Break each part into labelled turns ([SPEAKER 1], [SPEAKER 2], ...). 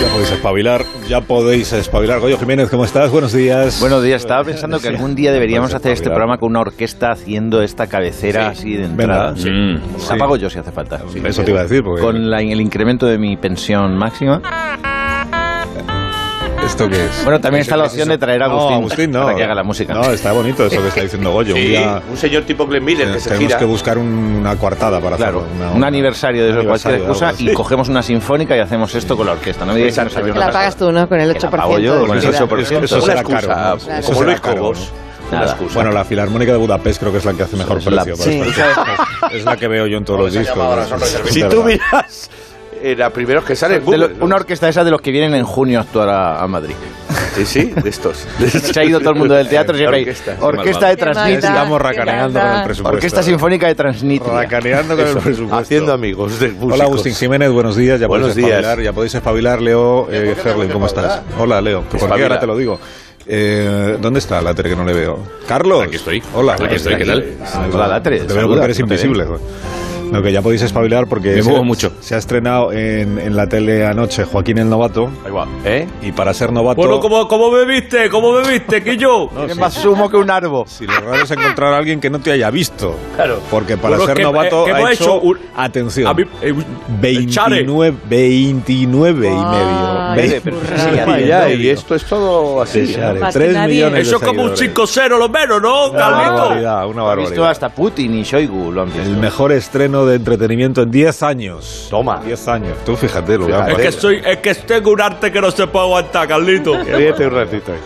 [SPEAKER 1] Ya podéis espabilar, ya podéis espabilar. Goyo Jiménez, ¿cómo estás? Buenos días.
[SPEAKER 2] Buenos días, estaba pensando que algún día deberíamos hacer este programa con una orquesta haciendo esta cabecera así de entrada.
[SPEAKER 1] ¿Verdad? Sí.
[SPEAKER 2] Mm.
[SPEAKER 1] Sí.
[SPEAKER 2] Apago yo si hace falta.
[SPEAKER 1] Eso te iba a decir, porque
[SPEAKER 2] Con la- el incremento de mi pensión máxima.
[SPEAKER 1] esto qué es.
[SPEAKER 2] Bueno, también está la opción de traer a Agustín,
[SPEAKER 1] no, Agustín no.
[SPEAKER 2] para que haga la música.
[SPEAKER 1] No, está bonito eso que está diciendo Goyo. Un
[SPEAKER 3] Sí,
[SPEAKER 1] día
[SPEAKER 3] un señor tipo Glenn Miller que
[SPEAKER 1] tenemos
[SPEAKER 3] se gira.
[SPEAKER 1] que buscar un- una coartada para
[SPEAKER 2] Claro,
[SPEAKER 1] hacer
[SPEAKER 2] un aniversario de eso, cualquier
[SPEAKER 1] aniversario de algo
[SPEAKER 2] excusa,
[SPEAKER 1] así.
[SPEAKER 2] y cogemos una sinfónica y hacemos esto con la orquesta. No me digáis que no
[SPEAKER 3] Exacto.
[SPEAKER 2] sabéis
[SPEAKER 4] Que la
[SPEAKER 2] lo que
[SPEAKER 4] pagas
[SPEAKER 2] pasa.
[SPEAKER 4] tú, ¿no? Con el
[SPEAKER 2] Que la
[SPEAKER 4] 8%.
[SPEAKER 2] pago yo,
[SPEAKER 4] de
[SPEAKER 2] con el
[SPEAKER 4] utilidad.
[SPEAKER 2] 8%.
[SPEAKER 1] Eso,
[SPEAKER 3] Una
[SPEAKER 1] eso será
[SPEAKER 3] excusa,
[SPEAKER 1] caro. ¿no?
[SPEAKER 4] claro.
[SPEAKER 1] Eso
[SPEAKER 3] Como
[SPEAKER 1] será
[SPEAKER 3] Luis
[SPEAKER 1] caro, ¿no?
[SPEAKER 3] Cobos. Una
[SPEAKER 2] Nada.
[SPEAKER 3] excusa.
[SPEAKER 1] Bueno, la Filarmónica de Budapest creo que es la que hace mejor
[SPEAKER 2] Es la-
[SPEAKER 1] precio. para
[SPEAKER 2] sí.
[SPEAKER 1] estas- Es la que veo yo en todos los
[SPEAKER 3] Se ha
[SPEAKER 1] discos.
[SPEAKER 3] llamado a las
[SPEAKER 1] ¿no?
[SPEAKER 3] otras
[SPEAKER 1] Es
[SPEAKER 3] servicios. Si
[SPEAKER 1] verdad.
[SPEAKER 3] tú miras, eh, la primeros que salen
[SPEAKER 2] De Pues lo-
[SPEAKER 3] Google, ¿no?
[SPEAKER 2] una orquesta esa de los que vienen en junio a actuar a, a Madrid.
[SPEAKER 3] Sí, sí, de estos. Eh,
[SPEAKER 2] Se ha ido todo el mundo del teatro y siempre hay
[SPEAKER 3] Orquesta.
[SPEAKER 2] orquesta de
[SPEAKER 4] Qué maldad,
[SPEAKER 2] Transnistria.
[SPEAKER 1] Estamos
[SPEAKER 4] qué
[SPEAKER 1] racaneando
[SPEAKER 4] maldad.
[SPEAKER 1] con el presupuesto.
[SPEAKER 2] Orquesta Sinfónica de Transnistria.
[SPEAKER 1] Racaneando con el presupuesto.
[SPEAKER 3] Haciendo amigos del músico.
[SPEAKER 1] Hola Agustín Jiménez, buenos días. Ya
[SPEAKER 3] Buenos
[SPEAKER 1] podéis
[SPEAKER 3] días.
[SPEAKER 1] espabilar, ya podéis espabilar, Leo
[SPEAKER 3] ¿por
[SPEAKER 1] eh,
[SPEAKER 3] qué tengo
[SPEAKER 1] Herlin,
[SPEAKER 3] que
[SPEAKER 1] ¿cómo
[SPEAKER 3] espabilar?
[SPEAKER 1] estás? Hola Leo, ¿por qué
[SPEAKER 3] Espabila.
[SPEAKER 1] ahora te lo digo? Eh, ¿Dónde está la tele que no le veo? Carlos.
[SPEAKER 5] Aquí estoy.
[SPEAKER 1] Hola.
[SPEAKER 5] Aquí estoy, ¿qué tal?
[SPEAKER 1] Ah,
[SPEAKER 2] Hola, Latre,
[SPEAKER 1] Te veo
[SPEAKER 2] saluda,
[SPEAKER 1] porque eres
[SPEAKER 2] ¿cómo te
[SPEAKER 1] invisible. joder. No, que ya podéis espabilar porque
[SPEAKER 5] Me
[SPEAKER 1] se-
[SPEAKER 5] muevo mucho.
[SPEAKER 1] se ha estrenado en, en la tele anoche Joaquín el Novato
[SPEAKER 2] Ahí va.
[SPEAKER 3] ¿Eh?
[SPEAKER 1] y para ser novato...
[SPEAKER 6] Bueno, ¿cómo, cómo me viste? ¿Cómo me viste? Que yo.
[SPEAKER 1] No,
[SPEAKER 2] Es
[SPEAKER 1] sí.
[SPEAKER 2] más sumo que un árbol.
[SPEAKER 1] Si lo raro es encontrar a alguien que no te haya visto.
[SPEAKER 6] Claro.
[SPEAKER 1] Porque para
[SPEAKER 6] Bueno,
[SPEAKER 1] ser
[SPEAKER 6] que-
[SPEAKER 1] novato
[SPEAKER 6] eh, que
[SPEAKER 1] ha
[SPEAKER 6] hemos
[SPEAKER 1] hecho...
[SPEAKER 6] hecho un-
[SPEAKER 1] atención.
[SPEAKER 6] A mí, eh, Chare.
[SPEAKER 1] 29, 29
[SPEAKER 4] Ay,
[SPEAKER 1] y medio.
[SPEAKER 4] pero
[SPEAKER 1] Ve-
[SPEAKER 4] sí,
[SPEAKER 1] y
[SPEAKER 3] Ah,
[SPEAKER 4] Ay,
[SPEAKER 3] ya,
[SPEAKER 1] medio.
[SPEAKER 3] y esto es todo así.
[SPEAKER 1] Sí,
[SPEAKER 3] ya.
[SPEAKER 1] Chare,
[SPEAKER 4] Más que
[SPEAKER 1] tres
[SPEAKER 4] nadie.
[SPEAKER 1] millones de
[SPEAKER 6] Eso como un
[SPEAKER 1] seguidores.
[SPEAKER 6] 5-0 lo menos, ¿no,
[SPEAKER 1] Una
[SPEAKER 6] Carlito?
[SPEAKER 1] barbaridad, una
[SPEAKER 2] Lo ha visto
[SPEAKER 1] barbaridad.
[SPEAKER 2] hasta Putin y Shoigu lo han visto.
[SPEAKER 1] El mejor estreno de entretenimiento en 10 años.
[SPEAKER 3] Toma.
[SPEAKER 1] 10 años. Tú fíjate lo que
[SPEAKER 3] Fíjate.
[SPEAKER 1] ha
[SPEAKER 6] Es que, soy, es que tengo un arte que no se puede aguantar, Carlito.
[SPEAKER 3] Ríete un ratito. ahí.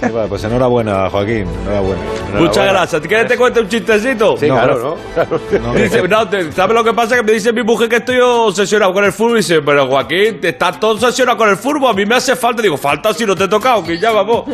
[SPEAKER 1] pasado. Pues enhorabuena, Joaquín. Enhorabuena.
[SPEAKER 6] Muchas gracias. ¿Quieres que te cuente un chistecito?
[SPEAKER 3] Sí,
[SPEAKER 1] No,
[SPEAKER 3] claro,
[SPEAKER 1] gracias.
[SPEAKER 3] ¿no?
[SPEAKER 1] No, que-
[SPEAKER 6] Dice, no, te- ¿sabes lo que pasa? Que me dice mi mujer que estoy obsesionado con el fútbol. Y dice, pero Joaquín, te estás todo obsesionado con el fútbol. A mí me hace falta. Digo, falta si no te he tocado, que ya vamos.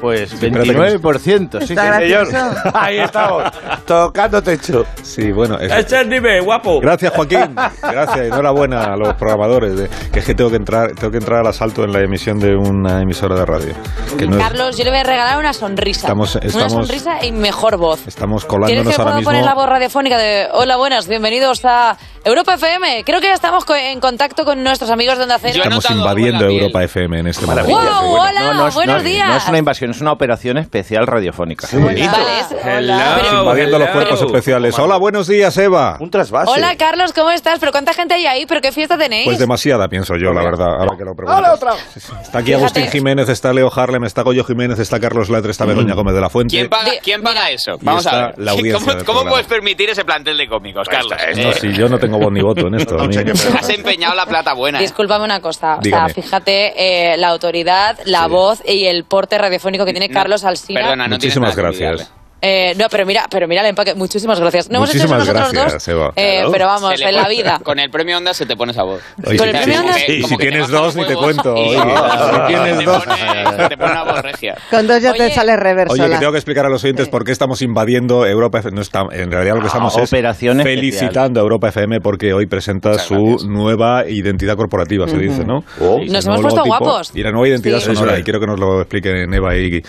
[SPEAKER 2] Pues
[SPEAKER 1] espérate que no-
[SPEAKER 2] 29%, sí.
[SPEAKER 4] Está
[SPEAKER 2] que-
[SPEAKER 3] Señor,
[SPEAKER 4] gracioso.
[SPEAKER 3] ahí estamos, tocando techo.
[SPEAKER 1] Sí, bueno. es-
[SPEAKER 6] Ese es el nivel, guapo.
[SPEAKER 1] Gracias, Joaquín. Gracias. Enhorabuena a los programadores. de- Que es que tengo que entrar, tengo que entrar al asalto en la emisión de una emisora de radio. Que no es-
[SPEAKER 7] Carlos, yo le voy a regalar una sonrisa.
[SPEAKER 1] Estamos- estamos-
[SPEAKER 7] Una sonrisa y mejor voz.
[SPEAKER 1] estamos
[SPEAKER 7] ¿Quieres que
[SPEAKER 1] colándonos
[SPEAKER 7] pueda
[SPEAKER 1] ahora mismo.
[SPEAKER 7] poner la voz radiofónica de Hola, buenas, bienvenidos a Europa FM? Creo que ya estamos co- en contacto con nuestros amigos de Onda Cero.
[SPEAKER 5] Yo no-
[SPEAKER 1] Estamos
[SPEAKER 5] anotado
[SPEAKER 1] invadiendo
[SPEAKER 5] algo en la
[SPEAKER 1] Europa FM en este
[SPEAKER 3] Maravilla.
[SPEAKER 1] momento.
[SPEAKER 7] ¡Wow! ¡Hola!
[SPEAKER 2] No, no es-
[SPEAKER 7] ¡Buenos
[SPEAKER 2] no-
[SPEAKER 7] días!
[SPEAKER 2] No es una invasión, es una operación especial radiofónica.
[SPEAKER 7] Hola. Vale,
[SPEAKER 1] Ah,
[SPEAKER 7] es-
[SPEAKER 6] Hola.
[SPEAKER 7] Pero-
[SPEAKER 1] Invadiendo los cuerpos especiales. Hola, buenos días, Eva.
[SPEAKER 3] Un trasvase.
[SPEAKER 7] Hola, Carlos, ¿cómo estás? ¿Pero cuánta gente hay ahí? ¿Pero qué fiesta tenéis?
[SPEAKER 1] Pues demasiada, pienso yo, la verdad, ahora que lo preguntas. Sí, sí. Está aquí Agustín
[SPEAKER 7] Fíjate.
[SPEAKER 1] Jiménez, está Leo Harlem, está Goyo Jiménez, está Carlos Latre, está Begoña Gómez de la Fuente.
[SPEAKER 5] Mm. ¿Quién paga,
[SPEAKER 7] Di-
[SPEAKER 5] ¿Quién paga eso? Vamos
[SPEAKER 1] está
[SPEAKER 5] a ver.
[SPEAKER 1] la audiencia
[SPEAKER 5] ¿Cómo,
[SPEAKER 1] del
[SPEAKER 5] cómo
[SPEAKER 1] programa.
[SPEAKER 5] puedes permitir ese plantel de cómicos, Carlos?
[SPEAKER 1] No,
[SPEAKER 5] Eh,
[SPEAKER 1] sí, yo no tengo voz ni voto en esto. a mí-
[SPEAKER 5] Has empeñado la plata buena. eh.
[SPEAKER 7] Disculpame una cosa, o
[SPEAKER 1] Dígame.
[SPEAKER 7] sea, fíjate eh, la autoridad, la voz y el porte radiofónico que tiene
[SPEAKER 5] No,
[SPEAKER 7] Carlos Alsina.
[SPEAKER 5] Perdona, no tienes
[SPEAKER 1] Muchísimas
[SPEAKER 5] nada que
[SPEAKER 1] gracias.
[SPEAKER 5] olvidarle.
[SPEAKER 7] Eh, no, pero mira, pero mira el empaque. Muchísimas gracias. No
[SPEAKER 1] Muchísimas
[SPEAKER 7] hemos hecho eso nosotros
[SPEAKER 1] gracias,
[SPEAKER 7] dos,
[SPEAKER 1] Eva.
[SPEAKER 7] eh,
[SPEAKER 1] Claro.
[SPEAKER 7] pero
[SPEAKER 5] Se
[SPEAKER 7] vamos,
[SPEAKER 5] le
[SPEAKER 7] en la
[SPEAKER 5] pone-
[SPEAKER 7] vida.
[SPEAKER 5] Con el premio Onda se te pones a voz.
[SPEAKER 1] Oye,
[SPEAKER 7] Con el premio Ondas-
[SPEAKER 1] sí,
[SPEAKER 5] Como
[SPEAKER 1] si
[SPEAKER 5] que te
[SPEAKER 1] tienes
[SPEAKER 5] bajan
[SPEAKER 1] dos, ni
[SPEAKER 5] los
[SPEAKER 1] te
[SPEAKER 5] huevos.
[SPEAKER 1] cuento. oye.
[SPEAKER 5] Sí.
[SPEAKER 1] Si tienes
[SPEAKER 5] Te
[SPEAKER 1] dos.
[SPEAKER 5] pone- Se te pone a voz regia.
[SPEAKER 4] Con dos ya te
[SPEAKER 7] Oye.
[SPEAKER 4] sale reverso.
[SPEAKER 1] Oye, que tengo que explicar a los oyentes por qué estamos invadiendo Europa FM. No está, en realidad lo que
[SPEAKER 2] Ah,
[SPEAKER 1] estamos es
[SPEAKER 2] operación especial.
[SPEAKER 1] felicitando a Europa FM porque hoy presenta
[SPEAKER 5] Muchas
[SPEAKER 1] su
[SPEAKER 5] gracias.
[SPEAKER 1] nueva identidad corporativa, se dice, ¿no?
[SPEAKER 3] Oh.
[SPEAKER 1] El
[SPEAKER 7] Nos
[SPEAKER 1] nuevo
[SPEAKER 7] hemos puesto
[SPEAKER 1] logotipo
[SPEAKER 7] guapos.
[SPEAKER 1] Y la nueva identidad
[SPEAKER 7] Sí.
[SPEAKER 1] sonora,
[SPEAKER 3] Eso es.
[SPEAKER 1] y quiero que nos lo expliquen Eva y Iggy,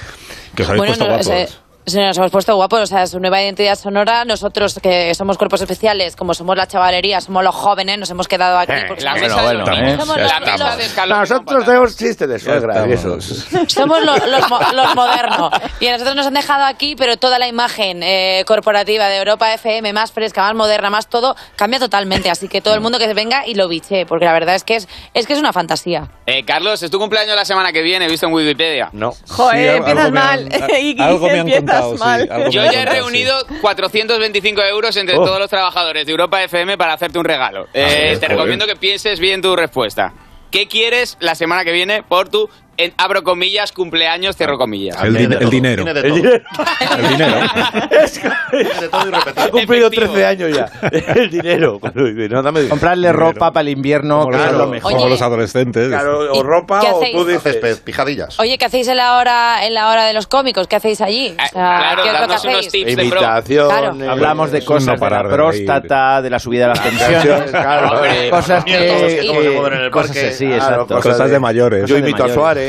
[SPEAKER 1] que os habéis puesto
[SPEAKER 7] no,
[SPEAKER 1] guapos.
[SPEAKER 7] se- se nos hemos puesto guapos, o sea, su nueva identidad sonora. Nosotros que somos cuerpos especiales, como somos la chavalería, somos los jóvenes, nos hemos quedado aquí. porque
[SPEAKER 5] La
[SPEAKER 7] somos-
[SPEAKER 5] mesa de los
[SPEAKER 2] bueno,
[SPEAKER 5] niños.
[SPEAKER 7] ¿eh?
[SPEAKER 5] La mesa de Carlos
[SPEAKER 3] Nosotros
[SPEAKER 5] Gómez.
[SPEAKER 3] tenemos chistes de suegra y eso.
[SPEAKER 1] Estamos.
[SPEAKER 7] Somos lo- los, mo- los modernos. Y a nosotros nos han dejado aquí, pero toda la imagen eh, corporativa de Europa FM, más fresca, más moderna, más todo, cambia totalmente. Así que todo
[SPEAKER 1] Mm.
[SPEAKER 7] el mundo que venga y lo biche, porque la verdad es que es, es que es una fantasía.
[SPEAKER 5] Eh, Carlos, es tu cumpleaños la semana que viene, he visto en Wikipedia.
[SPEAKER 3] No.
[SPEAKER 4] Joder,
[SPEAKER 1] Sí, al-
[SPEAKER 4] empiezas
[SPEAKER 1] algo me han-
[SPEAKER 4] mal. Iggy,
[SPEAKER 1] algo me han
[SPEAKER 4] empiezas
[SPEAKER 1] contado, sí,
[SPEAKER 4] mal.
[SPEAKER 1] algo me
[SPEAKER 5] Yo
[SPEAKER 1] han
[SPEAKER 5] ya
[SPEAKER 1] contado,
[SPEAKER 5] he
[SPEAKER 1] sí.
[SPEAKER 5] reunido 425 euros entre
[SPEAKER 3] Oh.
[SPEAKER 5] todos los trabajadores de Europa FM para hacerte un regalo. Eh,
[SPEAKER 1] bien,
[SPEAKER 5] te
[SPEAKER 1] Ah, joder.
[SPEAKER 5] recomiendo que pienses bien tu respuesta. ¿Qué quieres la semana que viene por tu en- abro comillas, cumpleaños, cierro comillas.
[SPEAKER 1] Ah. El, din-
[SPEAKER 8] Tiene de
[SPEAKER 1] el
[SPEAKER 8] todo,
[SPEAKER 1] dinero.
[SPEAKER 8] Tiene de todo.
[SPEAKER 1] El dinero.
[SPEAKER 8] Tiene de todo y
[SPEAKER 3] Ha
[SPEAKER 8] repetido.
[SPEAKER 3] cumplido
[SPEAKER 5] Efectivo.
[SPEAKER 3] 13 años ya. El dinero. cuando dice, No, dame
[SPEAKER 9] Comprarle ropa para el invierno, que
[SPEAKER 1] Como
[SPEAKER 9] es
[SPEAKER 1] los-
[SPEAKER 9] lo mejor.
[SPEAKER 1] Como
[SPEAKER 7] Oye.
[SPEAKER 1] los adolescentes.
[SPEAKER 3] Claro,
[SPEAKER 7] ¿Y
[SPEAKER 3] o ropa
[SPEAKER 7] qué
[SPEAKER 3] o
[SPEAKER 7] hacéis?
[SPEAKER 3] tú
[SPEAKER 8] Haces
[SPEAKER 3] dices.
[SPEAKER 8] pe- pijadillas.
[SPEAKER 7] Oye, ¿qué hacéis en la hora en la hora de los cómicos? ¿Qué hacéis allí? O sea,
[SPEAKER 5] Ah, claro,
[SPEAKER 7] ¿qué es lo que
[SPEAKER 5] danos unos
[SPEAKER 7] hacéis?
[SPEAKER 5] tips de pro.
[SPEAKER 3] Imitaciones.
[SPEAKER 7] Claro.
[SPEAKER 9] Hablamos de
[SPEAKER 1] Es un no
[SPEAKER 9] cosas de la
[SPEAKER 1] parar de
[SPEAKER 9] próstata, de la subida de las pensiones,
[SPEAKER 3] Canciones, claro.
[SPEAKER 5] Hombre,
[SPEAKER 9] cosas que,
[SPEAKER 8] Movimientos que cómo se
[SPEAKER 9] que-
[SPEAKER 8] mueven en el
[SPEAKER 9] cosas
[SPEAKER 8] parque.
[SPEAKER 9] así,
[SPEAKER 8] Claro,
[SPEAKER 9] exacto.
[SPEAKER 1] cosas de mayores.
[SPEAKER 3] Yo
[SPEAKER 1] Cosas de
[SPEAKER 3] imito a Suárez.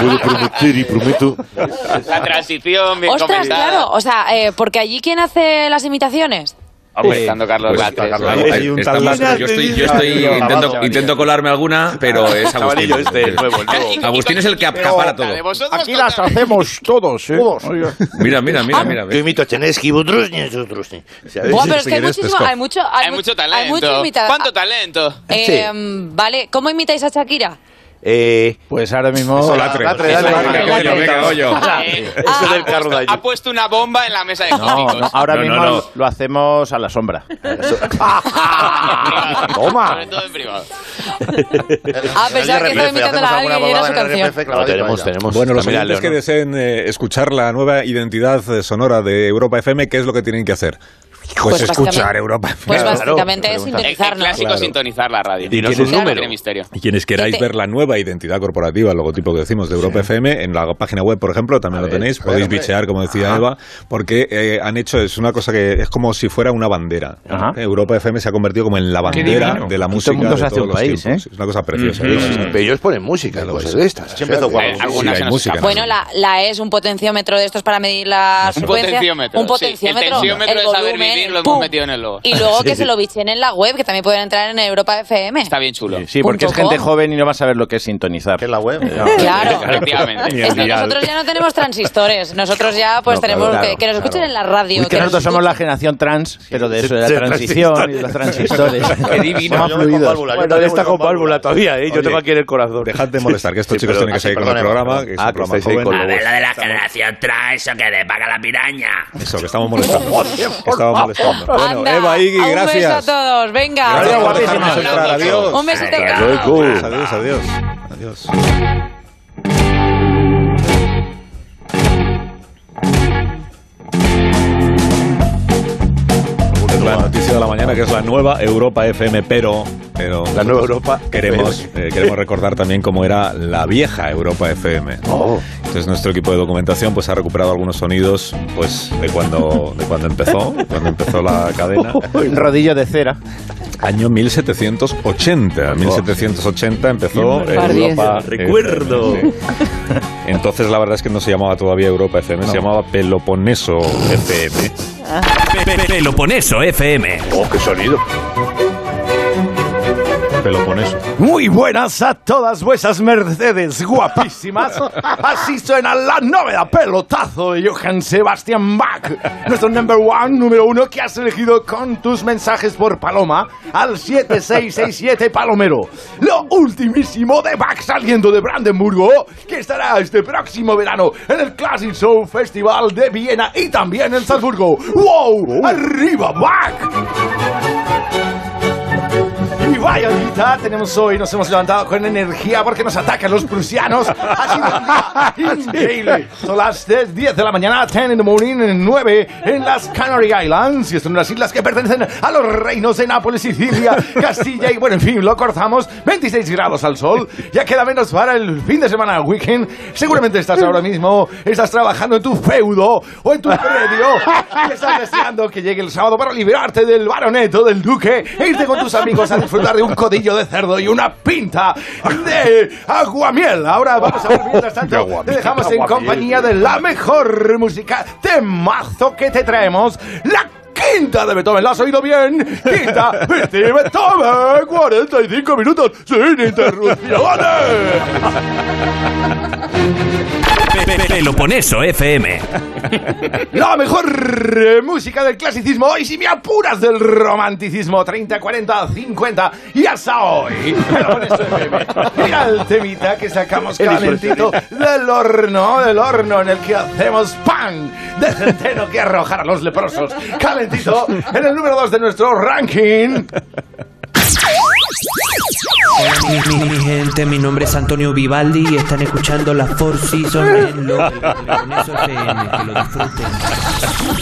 [SPEAKER 1] Puedo prometer y prometo.
[SPEAKER 5] La transición bien
[SPEAKER 7] Ostras,
[SPEAKER 5] comentada.
[SPEAKER 7] claro. O sea, eh, porque allí quién hace las imitaciones.
[SPEAKER 5] Hombre, estando Carlos
[SPEAKER 8] pues,
[SPEAKER 5] Latre,
[SPEAKER 8] Carlos
[SPEAKER 5] eso.
[SPEAKER 1] Hay, hay un tal
[SPEAKER 10] Estamos- yo estoy, yo estoy
[SPEAKER 8] Lavado,
[SPEAKER 10] intento,
[SPEAKER 8] chavalillo.
[SPEAKER 10] intento colarme alguna, pero es Agustín.
[SPEAKER 3] Chavalillo este, el nuevo, el nuevo.
[SPEAKER 10] Agustín es el que
[SPEAKER 5] Pero,
[SPEAKER 10] acapara todo.
[SPEAKER 5] de vosotros
[SPEAKER 9] Aquí
[SPEAKER 5] total.
[SPEAKER 9] las hacemos todos, ¿eh?
[SPEAKER 10] Mira, mira,
[SPEAKER 3] Ah,
[SPEAKER 10] mira, mira.
[SPEAKER 8] Yo imito a Chenesky, Butrusny, Butrusny.
[SPEAKER 7] Buah, pero este es que hay
[SPEAKER 1] eres
[SPEAKER 7] muchísimo,
[SPEAKER 1] Tesco.
[SPEAKER 7] hay mucho, hay,
[SPEAKER 5] Hay
[SPEAKER 7] mu- ah,
[SPEAKER 5] mucho
[SPEAKER 7] hay mucho
[SPEAKER 5] talento.
[SPEAKER 7] imita-
[SPEAKER 5] ¿Cuánto talento?
[SPEAKER 7] Eh, Vale, ¿cómo imitáis a Shakira?
[SPEAKER 3] Eh,
[SPEAKER 9] Pues ahora mismo...
[SPEAKER 1] latre.
[SPEAKER 3] Latre, dale,
[SPEAKER 1] Eso,
[SPEAKER 3] dale,
[SPEAKER 1] latre,
[SPEAKER 3] dale.
[SPEAKER 1] coño, venga,
[SPEAKER 10] hoyo.
[SPEAKER 5] Eh,
[SPEAKER 3] Eso del carro de
[SPEAKER 5] ha puesto-
[SPEAKER 3] allí.
[SPEAKER 5] Ha puesto una bomba en la mesa de
[SPEAKER 9] No,
[SPEAKER 5] cómicos.
[SPEAKER 9] no, ahora
[SPEAKER 10] No, no,
[SPEAKER 9] mismo
[SPEAKER 10] no.
[SPEAKER 9] lo hacemos a la sombra.
[SPEAKER 5] Sobre todo en privado.
[SPEAKER 7] Ah, pensaba que estaba imitando a alguien y era su canción.
[SPEAKER 3] tenemos, tenemos.
[SPEAKER 1] Bueno, los
[SPEAKER 3] Mira,
[SPEAKER 1] oyentes que
[SPEAKER 3] Leonor.
[SPEAKER 1] deseen eh, escuchar la nueva identidad eh, sonora de Europa FM, ¿qué es lo que tienen que hacer? Pues, escuchar
[SPEAKER 7] básicamente-
[SPEAKER 1] Europa FM.
[SPEAKER 7] Pues
[SPEAKER 3] Claro,
[SPEAKER 7] básicamente
[SPEAKER 3] claro.
[SPEAKER 7] es
[SPEAKER 5] El, el
[SPEAKER 7] sintonizarnos.
[SPEAKER 5] clásico
[SPEAKER 1] Claro.
[SPEAKER 5] sintonizar la radio.
[SPEAKER 3] Dinos
[SPEAKER 5] Tiene-
[SPEAKER 3] un número.
[SPEAKER 5] tiene misterio.
[SPEAKER 1] Y quienes queráis
[SPEAKER 7] Que te-
[SPEAKER 1] ver la nueva identidad corporativa, el logotipo que decimos de Europa FM, en la página web, por ejemplo, también lo tenéis,
[SPEAKER 8] ver,
[SPEAKER 1] podéis
[SPEAKER 8] hombre.
[SPEAKER 1] bichear, como decía Eva, porque eh, han hecho, es una cosa que es como si fuera una bandera. Eh,
[SPEAKER 9] Ajá.
[SPEAKER 1] Europa FM se ha convertido como en la bandera
[SPEAKER 9] divino.
[SPEAKER 1] de la
[SPEAKER 9] Aquí todo
[SPEAKER 1] música.
[SPEAKER 9] el mundo
[SPEAKER 1] de
[SPEAKER 9] se hace
[SPEAKER 1] todos
[SPEAKER 9] un
[SPEAKER 1] los
[SPEAKER 9] país,
[SPEAKER 1] tiempos.
[SPEAKER 9] ¿eh? Mm.
[SPEAKER 1] Es una cosa preciosa. Sí, sí, sí.
[SPEAKER 3] Pero ellos ponen música y cosas de estas.
[SPEAKER 8] Se empezó
[SPEAKER 3] O sea,
[SPEAKER 8] guapo.
[SPEAKER 5] Hay algunas
[SPEAKER 1] sí,
[SPEAKER 5] se
[SPEAKER 1] hay
[SPEAKER 5] nos
[SPEAKER 1] música.
[SPEAKER 5] escapan.
[SPEAKER 7] Bueno, la, la es un potenciómetro de estos para medir la
[SPEAKER 5] Un
[SPEAKER 7] frecuencia.
[SPEAKER 5] potenciómetro,
[SPEAKER 7] Ah, Un
[SPEAKER 5] sí. El
[SPEAKER 7] potenciómetro.
[SPEAKER 5] tensiómetro de saber
[SPEAKER 7] volumen,
[SPEAKER 5] vivir lo hemos
[SPEAKER 7] ¡pum!
[SPEAKER 5] metido en el logo.
[SPEAKER 7] Y luego que se lo bichen en la web, que también pueden entrar en Europa FM.
[SPEAKER 5] Está bien chulo.
[SPEAKER 9] Sí, porque es
[SPEAKER 7] Punto
[SPEAKER 9] gente
[SPEAKER 7] com.
[SPEAKER 9] joven y no va a saber lo que es sintonizar. Eh,
[SPEAKER 8] Que es la web.
[SPEAKER 7] Claro.
[SPEAKER 5] Efectivamente.
[SPEAKER 7] Es que nosotros ya no tenemos transistores. Nosotros ya pues
[SPEAKER 9] No, claro,
[SPEAKER 7] tenemos
[SPEAKER 9] claro,
[SPEAKER 7] que, que nos escuchen
[SPEAKER 9] claro.
[SPEAKER 7] en la radio.
[SPEAKER 9] Uy, que nosotros somos la generación trans, pero de eso, de la transición y de los transistores. Qué divino.
[SPEAKER 8] Yo voy con válvula, yo
[SPEAKER 3] Bueno, él
[SPEAKER 8] también
[SPEAKER 3] está
[SPEAKER 8] voy
[SPEAKER 3] con válvula todavía, ¿eh? Yo
[SPEAKER 1] Oye,
[SPEAKER 3] tengo aquí en el corazón.
[SPEAKER 1] Dejad de molestar, que estos
[SPEAKER 8] Sí,
[SPEAKER 1] chicos
[SPEAKER 8] perdón,
[SPEAKER 1] tienen que
[SPEAKER 8] así,
[SPEAKER 1] seguir con el
[SPEAKER 8] perdona,
[SPEAKER 1] programa,
[SPEAKER 8] perdona.
[SPEAKER 1] que es
[SPEAKER 3] Ah,
[SPEAKER 1] un
[SPEAKER 3] que
[SPEAKER 1] programa
[SPEAKER 3] estáis ahí
[SPEAKER 1] joven.
[SPEAKER 3] con
[SPEAKER 11] A
[SPEAKER 3] los-
[SPEAKER 11] ver, lo de la generación trae eso que le paga la piraña.
[SPEAKER 1] Eso, que estamos molestando. Estamos molestando. Bueno,
[SPEAKER 7] Oh, Anda,
[SPEAKER 1] Eva Iggy,
[SPEAKER 7] un beso a
[SPEAKER 1] gracias.
[SPEAKER 7] todos. Venga.
[SPEAKER 1] Gracias por
[SPEAKER 8] guapísima.
[SPEAKER 1] dejarnos entrar. Adiós.
[SPEAKER 7] Un besito.
[SPEAKER 11] Hasta
[SPEAKER 1] Adiós, adiós, adiós. Adiós. La noticia de la mañana que es la nueva Europa FM, pero, pero
[SPEAKER 3] La nueva Europa.
[SPEAKER 1] queremos, eh, queremos recordar también cómo era la vieja Europa FM.
[SPEAKER 3] Oh.
[SPEAKER 1] Entonces nuestro equipo de documentación pues ha recuperado algunos sonidos pues de cuando de cuando empezó, cuando empezó la cadena.
[SPEAKER 9] Un rodillo de cera.
[SPEAKER 1] Año 1780. 1780 empezó eh, Europa.
[SPEAKER 10] Recuerdo.
[SPEAKER 1] FM, sí. Entonces la verdad es que no se llamaba todavía Europa FM, se llamaba Peloponeso FM.
[SPEAKER 11] Peloponeso FM.
[SPEAKER 3] Oh, qué sonido.
[SPEAKER 1] Peloponeso.
[SPEAKER 9] Muy buenas a todas vuestras mercedes guapísimas. Así suena la novedad pelotazo de Johann Sebastian Bach. Nuestro number one, número uno, que has elegido con tus mensajes por Paloma al 7667 Palomero. Lo ultimísimo de Bach saliendo de Brandenburgo, que estará este próximo verano en el Classic Show Festival de Viena y también en Salzburgo. ¡Wow! ¡Arriba Bach! Y vaya ahorita tenemos hoy, nos hemos levantado con energía porque nos atacan los prusianos. Ha sido un día increíble. Son las 10 10 de la mañana, 10 in the morning, en 9 en las Canary Islands. Y son las islas que pertenecen a los reinos de Nápoles, Sicilia, Castilla y bueno, en fin, lo cortamos. 26 grados al sol. Ya queda menos para el fin de semana, weekend. Seguramente estás ahora mismo, estás trabajando en tu feudo o en tu predio. Y estás deseando que llegue el sábado para liberarte del baroneto, del duque, e irte con tus amigos a disfrutar de un codillo de cerdo y una pinta de aguamiel. Ahora vamos a ver, mientras
[SPEAKER 1] De
[SPEAKER 9] tanto,
[SPEAKER 1] aguamiel,
[SPEAKER 9] te dejamos en
[SPEAKER 3] aguamiel.
[SPEAKER 9] compañía de la mejor música temazo que te traemos, la Quinta de Beethoven, ¿la has oído bien? Quinta de Beethoven, 45 minutos sin interrupciones.
[SPEAKER 11] Peloponeso FM.
[SPEAKER 9] La mejor eh, música del clasicismo hoy, si me apuras del romanticismo 30, 40, 50 y hasta hoy. Me lo pones tú, FM. eh, Mira el temita que sacamos calentito del horno, del horno en el que hacemos pan de centeno que arrojar a los leprosos. Calentito en el número 2 de nuestro ranking.
[SPEAKER 12] Mi, mi- mi gente, mi nombre es Antonio Vivaldi y están escuchando la Four Seasons en lo con eso FM, que lo disfruten.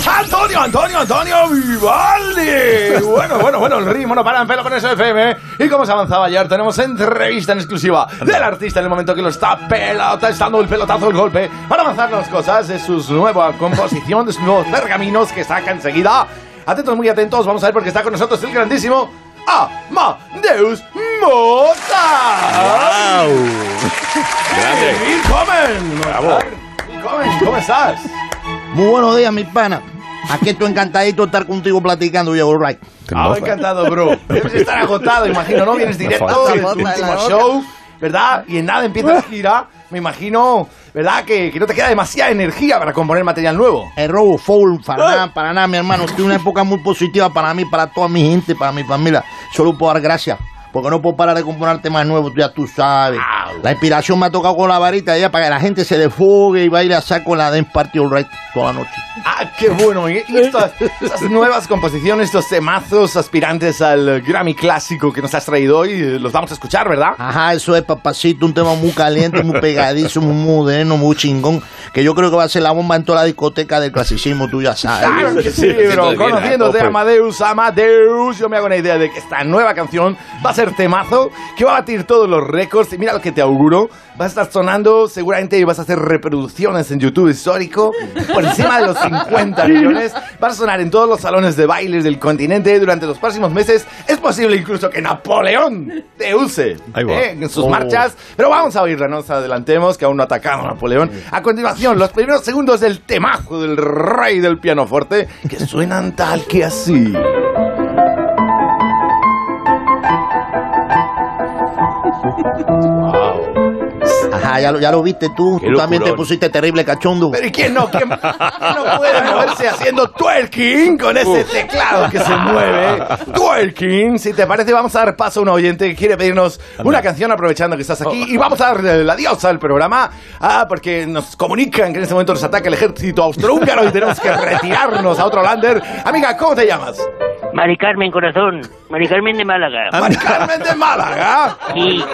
[SPEAKER 9] Antonio, Antonio, Antonio Vivaldi. Bueno, bueno, bueno, el ritmo no para en pelo con eso FM. ¿eh? Y como se avanzaba ayer, tenemos entrevista en exclusiva del artista en el momento que lo está pelota, está dando el pelotazo, el golpe, para avanzar las cosas de su nueva composición, de sus nuevos pergaminos que saca enseguida. Atentos, muy atentos, vamos a ver porque está con nosotros el grandísimo Amadeus Mozart. ¡Willkommen! Mozart. Willkommen, ¿Cómo estás?
[SPEAKER 8] Muy buenos días, mis panas. Aquí estoy encantadito de estar contigo platicando, yo, all right.
[SPEAKER 9] Ah,
[SPEAKER 1] Mozart.
[SPEAKER 9] encantado, bro. Debes estar agotado, imagino, ¿no? Vienes directo
[SPEAKER 1] falta.
[SPEAKER 9] de tu
[SPEAKER 8] Falta de la
[SPEAKER 9] último
[SPEAKER 8] boca.
[SPEAKER 9] show, ¿verdad? Y en nada empieza la gira. Me imagino, ¿verdad? Que, que no te queda demasiada energía para componer material nuevo.
[SPEAKER 8] El robo full,
[SPEAKER 9] Ah.
[SPEAKER 8] para nada, para nada, mi hermano. Estoy en una época muy positiva para mí, para toda mi gente, para mi familia. Solo puedo dar gracias, porque no puedo parar de componer temas nuevos, ya tú sabes.
[SPEAKER 9] Ah.
[SPEAKER 8] La inspiración me ha tocado con la varita ya para que la gente se desfogue y baile a saco la Dance Party All Right toda la noche.
[SPEAKER 9] Ah, qué bueno. Y y estas, estas nuevas composiciones, estos temazos aspirantes al Grammy clásico que nos has traído hoy, eh, los vamos a escuchar, ¿verdad?
[SPEAKER 8] Ajá, eso es papacito, un tema muy caliente, muy pegadizo, muy moderno, muy chingón, que yo creo que va a ser la bomba en toda la discoteca del clasicismo, tú ya sabes.
[SPEAKER 9] Claro que sí,
[SPEAKER 3] Sí, siento
[SPEAKER 9] bro.
[SPEAKER 3] bien,
[SPEAKER 9] Conociéndote,
[SPEAKER 3] a tope.
[SPEAKER 9] Amadeus, Amadeus, yo me hago una idea de que esta nueva canción va a ser temazo, que va a batir todos los récords. Y mira lo que te auguro: va a estar sonando, seguramente vas a hacer reproducciones en YouTube histórico por encima de los 50 millones. Va a sonar en todos los salones de bailes del continente durante los próximos meses. Es posible incluso que Napoleón te use
[SPEAKER 1] Ahí va. Oh.
[SPEAKER 9] ¿eh? en sus marchas. Pero vamos a oírla, no nos adelantemos, que aún no atacamos a Napoleón. A continuación, los primeros segundos del temazo del rey del pianoforte, que suenan tal que así.
[SPEAKER 8] Ajá, ya lo, ya lo viste tú,
[SPEAKER 3] Qué
[SPEAKER 8] tú también te
[SPEAKER 3] locurón.
[SPEAKER 8] pusiste terrible cachondo.
[SPEAKER 9] Pero ¿y quién no? ¿Quién, quién no puede moverse haciendo twerking con ese teclado que se mueve? Twerking. Si te parece, vamos a dar paso a un oyente que quiere pedirnos una canción aprovechando que estás aquí. Y vamos a darle la diosa al programa. Ah, porque nos comunican que en este momento nos ataca el ejército austrohúngaro y tenemos que retirarnos a otro lander. Amiga, ¿cómo te llamas?
[SPEAKER 13] Mari Carmen, corazón. Mari Carmen de Málaga.
[SPEAKER 9] Ah, Mari Carmen de Málaga.
[SPEAKER 13] Y,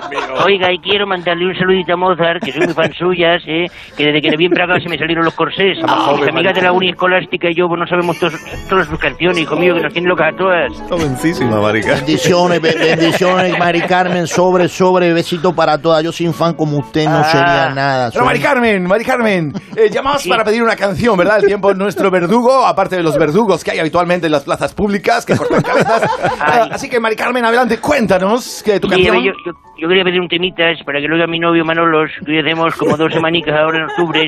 [SPEAKER 13] oiga, y quiero mandarle un saludito a Mozart, que soy muy fan suyas, ¿eh? que desde que le vi en Praga se me salieron los corsés.
[SPEAKER 9] Ah,
[SPEAKER 13] Mis amigas de la Uni Escolástica y yo pues, no sabemos tos- todas sus canciones, hijo mío, que nos tienen locas a todas.
[SPEAKER 1] Jovencísima, marica.
[SPEAKER 8] Bendiciones, be- bendiciones, Mari Carmen, sobre, sobre, besito para todas. Yo sin fan como usted no
[SPEAKER 13] Ah.
[SPEAKER 8] sería nada.
[SPEAKER 9] Pero
[SPEAKER 8] soy-
[SPEAKER 9] Mari Carmen, Mari Carmen, eh, llamabas para pedir una canción, ¿verdad? El tiempo nuestro verdugo, aparte de los verdugos que hay habitualmente en las plazas públicas que cortan cabezas. Ah, así que Mari Carmen, adelante, cuéntanos que tu
[SPEAKER 13] Y, a
[SPEAKER 9] canción.
[SPEAKER 13] ver, yo, yo- yo quería pedir un temitas para que lo oiga mi novio Manolos, que hoy hacemos como dos semanicas ahora en octubre.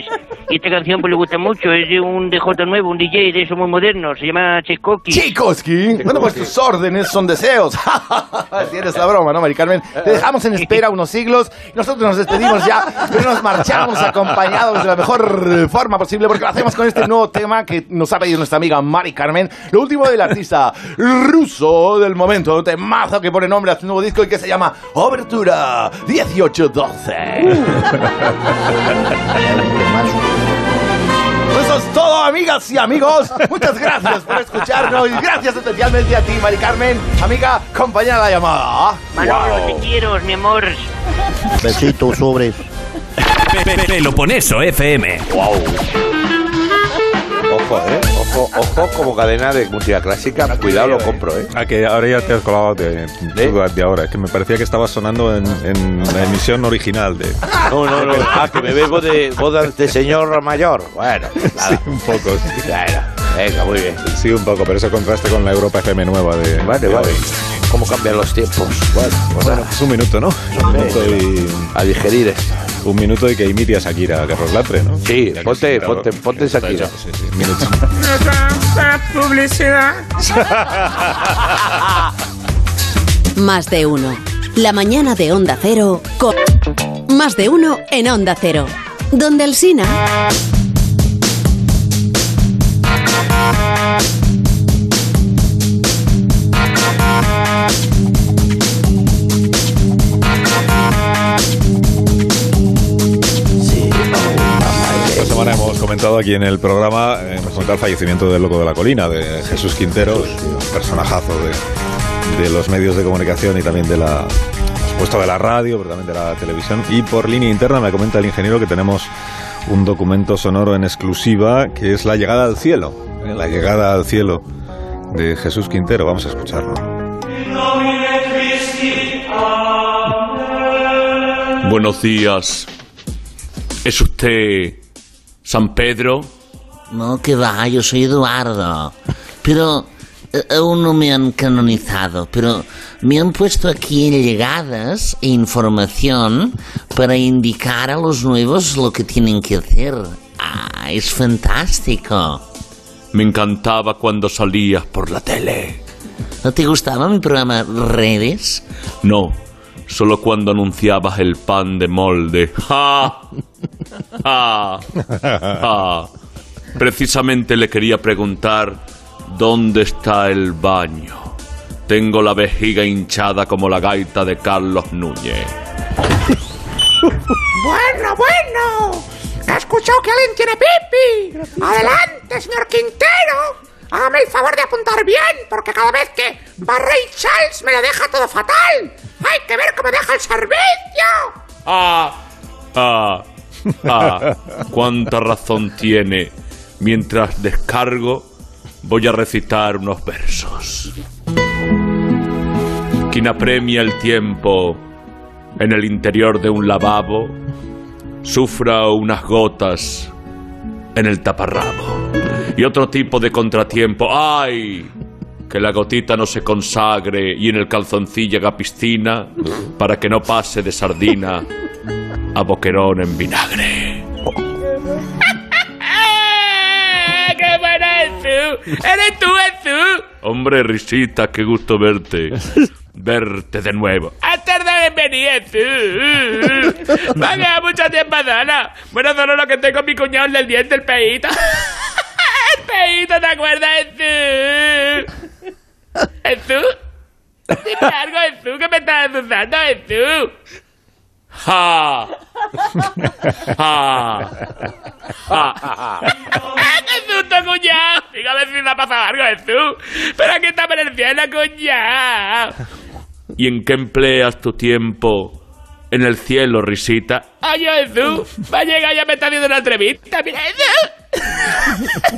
[SPEAKER 13] Y esta canción pues le gusta mucho, es de un DJ nuevo, un DJ de eso muy moderno, se llama Cheskoki.
[SPEAKER 9] Chikoski. Bueno, pues tus órdenes son deseos. Tienes la broma, ¿no, Mari Carmen?
[SPEAKER 2] Eh.
[SPEAKER 9] Te dejamos en espera unos siglos. Nosotros nos despedimos ya, pero nos marchamos acompañados de la mejor eh, forma posible porque lo hacemos con este nuevo tema que nos ha pedido nuestra amiga Mari Carmen. Lo último del artista ruso del momento, un temazo que pone nombre a su nuevo disco y que se llama Obertura 1812. Pues Eso es todo, amigas y amigos. Muchas gracias por escucharnos y gracias especialmente a ti, Mari Carmen, amiga, compañera de la llamada.
[SPEAKER 13] Manolos, te quiero, mi amor.
[SPEAKER 8] Besito, sobre.
[SPEAKER 11] Peloponeso FM.
[SPEAKER 3] Ojo, eh. Ojo, ojo como cadena de música clásica. Cuidado, lo compro, eh.
[SPEAKER 1] Ah, que ahora ya te has colado de, de, ahora. Que me parecía que estaba sonando en, en la emisión original de.
[SPEAKER 3] No, no, no. Ah, que me bebo de bodas de señor mayor. Bueno, nada.
[SPEAKER 1] Sí, un poco. sí.
[SPEAKER 3] Bueno, venga, muy bien.
[SPEAKER 1] Sí, un poco, pero eso contraste con la Europa FM nueva de.
[SPEAKER 3] Vale,
[SPEAKER 1] de
[SPEAKER 3] vale.
[SPEAKER 1] hoy.
[SPEAKER 3] ¿Cómo cambian los tiempos? Bueno, pues
[SPEAKER 1] Bueno,
[SPEAKER 3] bueno,
[SPEAKER 1] pues un minuto, ¿no? Un minuto y,
[SPEAKER 3] a digerir esto.
[SPEAKER 1] un minuto y que imite a Shakira, que roslatre, ¿no?
[SPEAKER 3] Sí,
[SPEAKER 1] Ya que
[SPEAKER 3] ponte,
[SPEAKER 1] claro.
[SPEAKER 3] ponte, ponte Shakira.
[SPEAKER 1] Sí, sí, minuto.
[SPEAKER 14] Más de uno. La mañana de Onda Cero con... Más de uno en Onda Cero. Donde el Sina.
[SPEAKER 1] Esta semana hemos comentado aquí en el programa, eh, hemos comentado el fallecimiento del Loco de la Colina, de Jesús Quintero, un personajazo de, de los medios de comunicación y también de la supuesto de la radio, pero también de la televisión. Y por línea interna me comenta el ingeniero que tenemos un documento sonoro en exclusiva que es la llegada al cielo. ¿eh? La llegada al cielo de Jesús Quintero. Vamos a escucharlo.
[SPEAKER 6] Buenos días. ¿Es usted San Pedro?
[SPEAKER 15] No, que va, yo soy Eduardo. Pero eh, aún no me han canonizado, pero me han puesto aquí en llegadas e información para indicar a los nuevos lo que tienen que hacer. Ah, es fantástico.
[SPEAKER 6] Me encantaba cuando salías por la tele.
[SPEAKER 15] ¿No te gustaba mi programa Redes?
[SPEAKER 6] No, solo cuando anunciabas el pan de molde. ¡Ja!
[SPEAKER 16] Ah.
[SPEAKER 6] ¡Ja! ¡Ja! Precisamente le quería preguntar dónde está el baño. Tengo la vejiga hinchada como la gaita de Carlos Núñez.
[SPEAKER 16] Bueno, bueno. He escuchado que alguien tiene pipi. Adelante, señor Quintero. Hágame el favor de apuntar bien, porque cada vez que va Ray Charles me lo deja todo fatal. Hay que ver cómo deja el servicio.
[SPEAKER 6] Ah, ah, ah. Cuánta razón tiene. Mientras descargo, voy a recitar unos versos. Quien apremia el tiempo en el interior de un lavabo, sufra unas gotas en el taparrabo. Y otro tipo de contratiempo. ¡Ay! Que la gotita no se consagre y en el calzoncillo haga piscina para que no pase de sardina a boquerón en vinagre.
[SPEAKER 16] ¡Qué bueno tú! ¡Eres tú, es tú!
[SPEAKER 6] Hombre, risita, qué gusto verte. Verte de nuevo.
[SPEAKER 16] ¡Has tardado en venir, tú! ¡Vaya, mucha tiempo, Dona! Bueno, Dona, lo que tengo mi cuñado en el diente, el peito. ¡El peito, ¿te acuerdas, es tú? ¿Es tú? Dime algo, es tú, que me estás asustando, es tú.
[SPEAKER 6] ¡Ja! ¡Ja! ¡Ja!
[SPEAKER 16] ¡Ah, ¡Qué susto, cuñado! Dígame si le ha pasado algo, es tú. Pero aquí estamos en el cielo, cuñado.
[SPEAKER 6] ¿Y en qué empleas tu tiempo en el cielo, risita?
[SPEAKER 16] Ay, Jesús, va a llegar ya me está haciendo una entrevista. Mira, Jesús.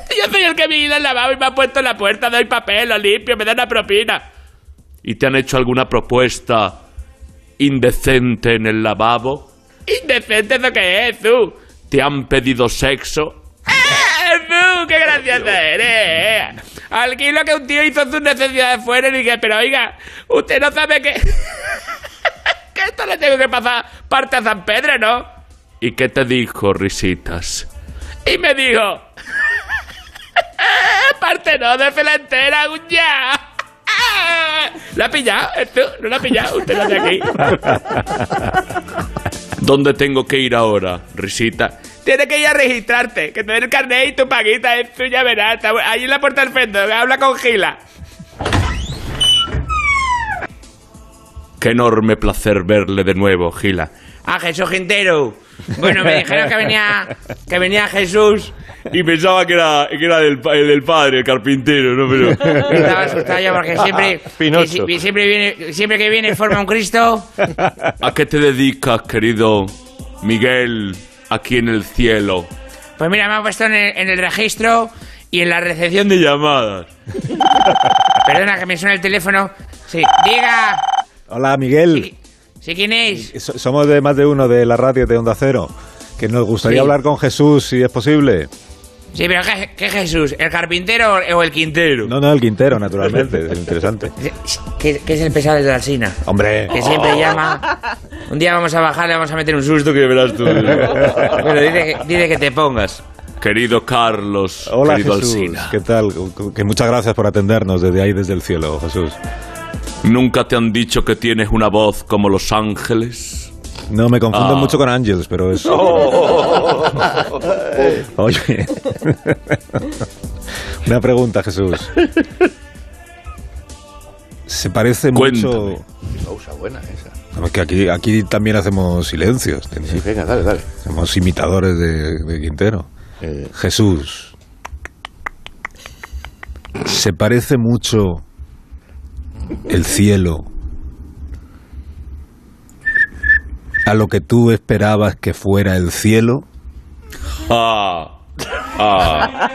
[SPEAKER 16] Yo soy el que vigila el lavabo y me ha puesto en la puerta, doy papel, lo limpio, me da una propina.
[SPEAKER 6] ¿Y te han hecho alguna propuesta indecente en el lavabo?
[SPEAKER 16] Indecente eso que es, Jesús.
[SPEAKER 6] ¿Te han pedido sexo?
[SPEAKER 16] ¡Ah, Jesús, qué gracioso eres. Aquí lo que un tío hizo sus necesidades fuera y dije, pero oiga, usted no sabe que... que esto le tengo que pasar parte a San Pedro, ¿no?
[SPEAKER 6] ¿Y qué te dijo, risitas?
[SPEAKER 16] Y me dijo... Parte no, de la entera, ya. ¿Lo ha pillado? ¿Esto? ¿No lo ha pillado? Usted no de aquí.
[SPEAKER 6] ¿Dónde tengo que ir ahora, risita?
[SPEAKER 16] Tienes que ir a registrarte, que te den el carnet y tu paguita es tuya, verás. Está bu- Allí en la puerta del fendo, habla con Gila.
[SPEAKER 6] Qué enorme placer verle de nuevo, Gila.
[SPEAKER 16] A Ah, Jesús Quintero. Bueno, me dijeron que venía, que venía Jesús.
[SPEAKER 6] Y pensaba que era, que era del, pa- el del padre, el carpintero, ¿no? Pero...
[SPEAKER 16] Estaba asustado yo porque siempre,
[SPEAKER 1] Ah,
[SPEAKER 6] Pinocho.
[SPEAKER 16] y si- y siempre, viene, siempre que viene forma un Cristo.
[SPEAKER 6] ¿A qué te dedicas, querido Miguel, aquí en el cielo?
[SPEAKER 16] Pues mira, me han puesto en el, en el registro y en la recepción de...
[SPEAKER 6] llamadas.
[SPEAKER 16] Perdona, que me suena el teléfono. Sí, diga,
[SPEAKER 1] Hola, Miguel.
[SPEAKER 16] ¿sí quién es?
[SPEAKER 1] So- somos de más de uno de la radio de Onda Cero. Que nos gustaría
[SPEAKER 16] Sí.
[SPEAKER 1] hablar con Jesús, si es posible.
[SPEAKER 16] Sí, pero ¿qué, qué Jesús? ¿El carpintero o el quintero?
[SPEAKER 1] No, no, el Quintero, naturalmente. es interesante.
[SPEAKER 16] Que, que es el pesado de la Alsina.
[SPEAKER 1] Hombre. Oh.
[SPEAKER 16] Que
[SPEAKER 10] Oh.
[SPEAKER 16] siempre llama. Un día vamos a bajar, le vamos a meter un susto que
[SPEAKER 6] verás tú.
[SPEAKER 16] Pero dice que, dice que te pongas.
[SPEAKER 6] Querido Carlos,
[SPEAKER 1] Hola,
[SPEAKER 6] querido
[SPEAKER 1] Jesús.
[SPEAKER 6] Alsina,
[SPEAKER 1] ¿Qué tal? Que muchas gracias por atendernos desde ahí, desde el cielo, Jesús.
[SPEAKER 6] ¿nunca te han dicho que tienes una voz como los ángeles?
[SPEAKER 1] No, me confundo
[SPEAKER 6] Ah. Oh.
[SPEAKER 1] mucho con Angels, pero es... Oye. Una pregunta, Jesús. Se parece mucho.
[SPEAKER 3] Pausa buena esa.
[SPEAKER 1] Que aquí, aquí también hacemos silencios. Sí, venga, dale, Eh. dale. Somos imitadores de, de Quintero. Jesús. Se parece mucho el cielo a lo que tú esperabas que fuera el cielo?
[SPEAKER 6] Ah, ah.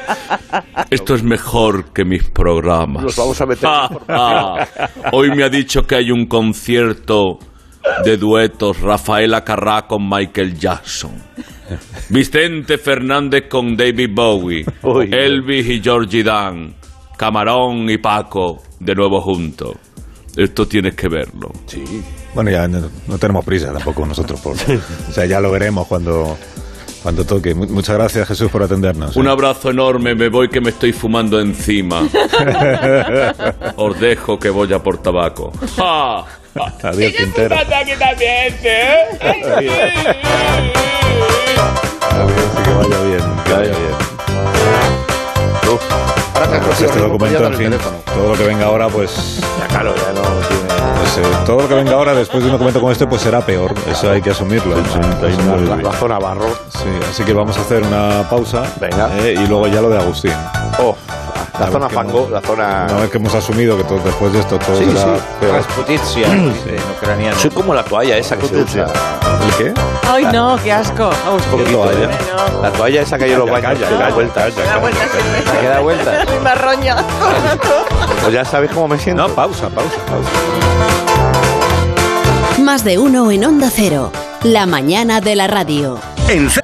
[SPEAKER 6] Esto es mejor que mis programas.
[SPEAKER 3] Nos vamos a meter en
[SPEAKER 6] Ah, ah. Hoy me ha dicho que hay un concierto de duetos Rafaela Carrá con Michael Jackson. Vicente Fernández con David Bowie. Elvis y Georgie Dan. Camarón y Paco de nuevo juntos. Esto tienes que verlo. Sí.
[SPEAKER 1] Bueno, ya no, no tenemos prisa tampoco nosotros. Por, o sea, ya lo veremos cuando, cuando toque. Mu- muchas gracias, Jesús, por atendernos. ¿eh?
[SPEAKER 6] Un abrazo enorme, me voy que me estoy fumando encima. Os dejo que voy a por tabaco.
[SPEAKER 3] Ah.
[SPEAKER 16] ah,
[SPEAKER 6] Ja.
[SPEAKER 1] Adiós, Quintero.
[SPEAKER 16] aquí también, ¿eh?
[SPEAKER 1] Que vaya bien, que vaya bien. Bueno, pues este documento, en fin, todo lo que venga ahora, pues... Ya claro, ya no Pues eh, todo lo que venga ahora después de un documento como este, pues será peor. Eso hay que asumirlo.
[SPEAKER 3] la- la
[SPEAKER 1] zona barro. Sí, así que vamos a hacer una pausa. eh, y luego ya lo de Agustín.
[SPEAKER 3] Oh, la
[SPEAKER 1] Una
[SPEAKER 3] zona
[SPEAKER 1] vez que
[SPEAKER 3] fango,
[SPEAKER 1] hemos-
[SPEAKER 3] la zona-
[SPEAKER 1] Una vez que hemos asumido que todo- después de esto todo
[SPEAKER 3] Sí,
[SPEAKER 1] será
[SPEAKER 3] sí. Ah,
[SPEAKER 1] peor.
[SPEAKER 3] Rasputizia, dice en ucraniano. Soy como la toalla esa que se usa.
[SPEAKER 1] ¿El qué?
[SPEAKER 4] Ay, no, qué asco. Vamos,
[SPEAKER 3] Un poquito, ¿eh? La toalla esa que hay en los baños, que da vueltas. Que da vueltas.
[SPEAKER 4] mi marroña.
[SPEAKER 3] Pues ya sabes cómo me siento.
[SPEAKER 1] No, pausa, pausa, pausa.
[SPEAKER 14] Más de uno en Onda Cero. La mañana de la radio.
[SPEAKER 11] En C-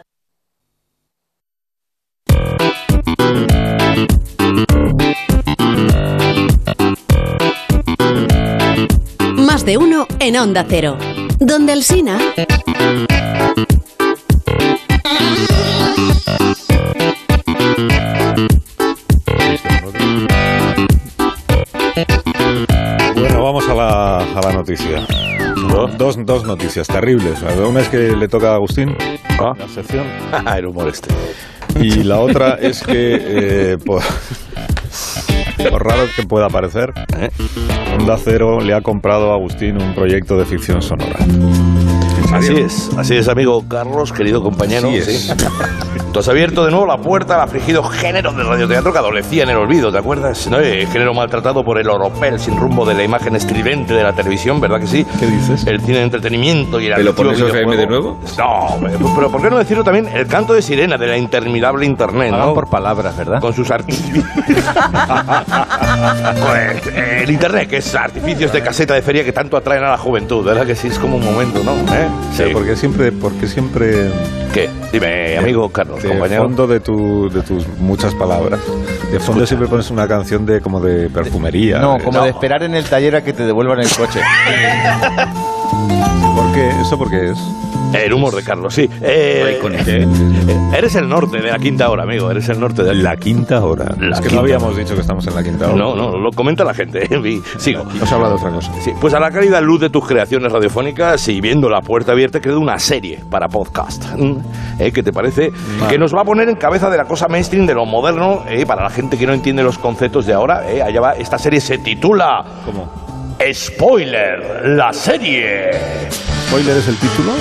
[SPEAKER 14] Más de uno en Onda Cero. Donde el Sina.
[SPEAKER 1] Bueno, vamos a la, a la noticia. Dos, dos noticias terribles. Una es que le toca a Agustín, la sección. el humor este. Y la otra es que, eh, por, por raro que pueda parecer, Onda Cero le ha comprado a Agustín un proyecto de ficción sonora.
[SPEAKER 3] Así es, así es, amigo Carlos, querido compañero.
[SPEAKER 1] Así es.
[SPEAKER 3] Sí. Tú has abierto de nuevo la puerta al afligido género del radioteatro que adolecía en el olvido, ¿te acuerdas? ¿No? El género maltratado por el oropel sin rumbo de la imagen estridente de la televisión, ¿verdad que sí? ¿Qué dices? El cine de entretenimiento y el adictivo
[SPEAKER 6] Peloponeso FM
[SPEAKER 3] videojuego.
[SPEAKER 6] de nuevo?
[SPEAKER 3] No, pero- pero ¿por qué no decirlo también? El canto de sirena de la interminable internet, ¿no? por palabras, ¿verdad? Con sus artificios. pues eh, el internet, que es artificios de caseta de feria que tanto atraen a la juventud, ¿verdad que sí? Es como un momento, ¿no? ¿Eh?
[SPEAKER 1] Sí. Porque siempre, porque siempre.
[SPEAKER 3] ¿Qué? Dime, amigo Carlos,
[SPEAKER 1] de
[SPEAKER 3] compañero.
[SPEAKER 1] fondo de, tu, de tus muchas palabras. De fondo siempre pones una canción de como de perfumería.
[SPEAKER 9] No,
[SPEAKER 1] de-
[SPEAKER 9] como de esperar en el taller a que te devuelvan el coche.
[SPEAKER 1] ¿Por qué? ¿Eso por qué es?
[SPEAKER 3] El humor de Carlos, sí. Eh, eh, Eres el norte de la quinta hora, amigo. Eres el norte de
[SPEAKER 1] la quinta hora. es que
[SPEAKER 3] quinta
[SPEAKER 1] no habíamos dicho que estamos en la quinta hora.
[SPEAKER 3] No, no, lo comenta la gente. ¿eh? Vi- Sigo.
[SPEAKER 1] Nos habla de otra cosa.
[SPEAKER 3] Sí, pues a la cálida luz de tus creaciones radiofónicas y viendo la puerta abierta, creo una serie para podcast. Mm, ¿eh? ¿Qué te parece? Que nos va a poner en cabeza de la cosa mainstream, de lo moderno, ¿eh? para la gente que no entiende los conceptos de ahora. ¿eh? Allá va. Esta serie se titula. Spoiler, la serie.
[SPEAKER 1] ¿Spoiler es el título?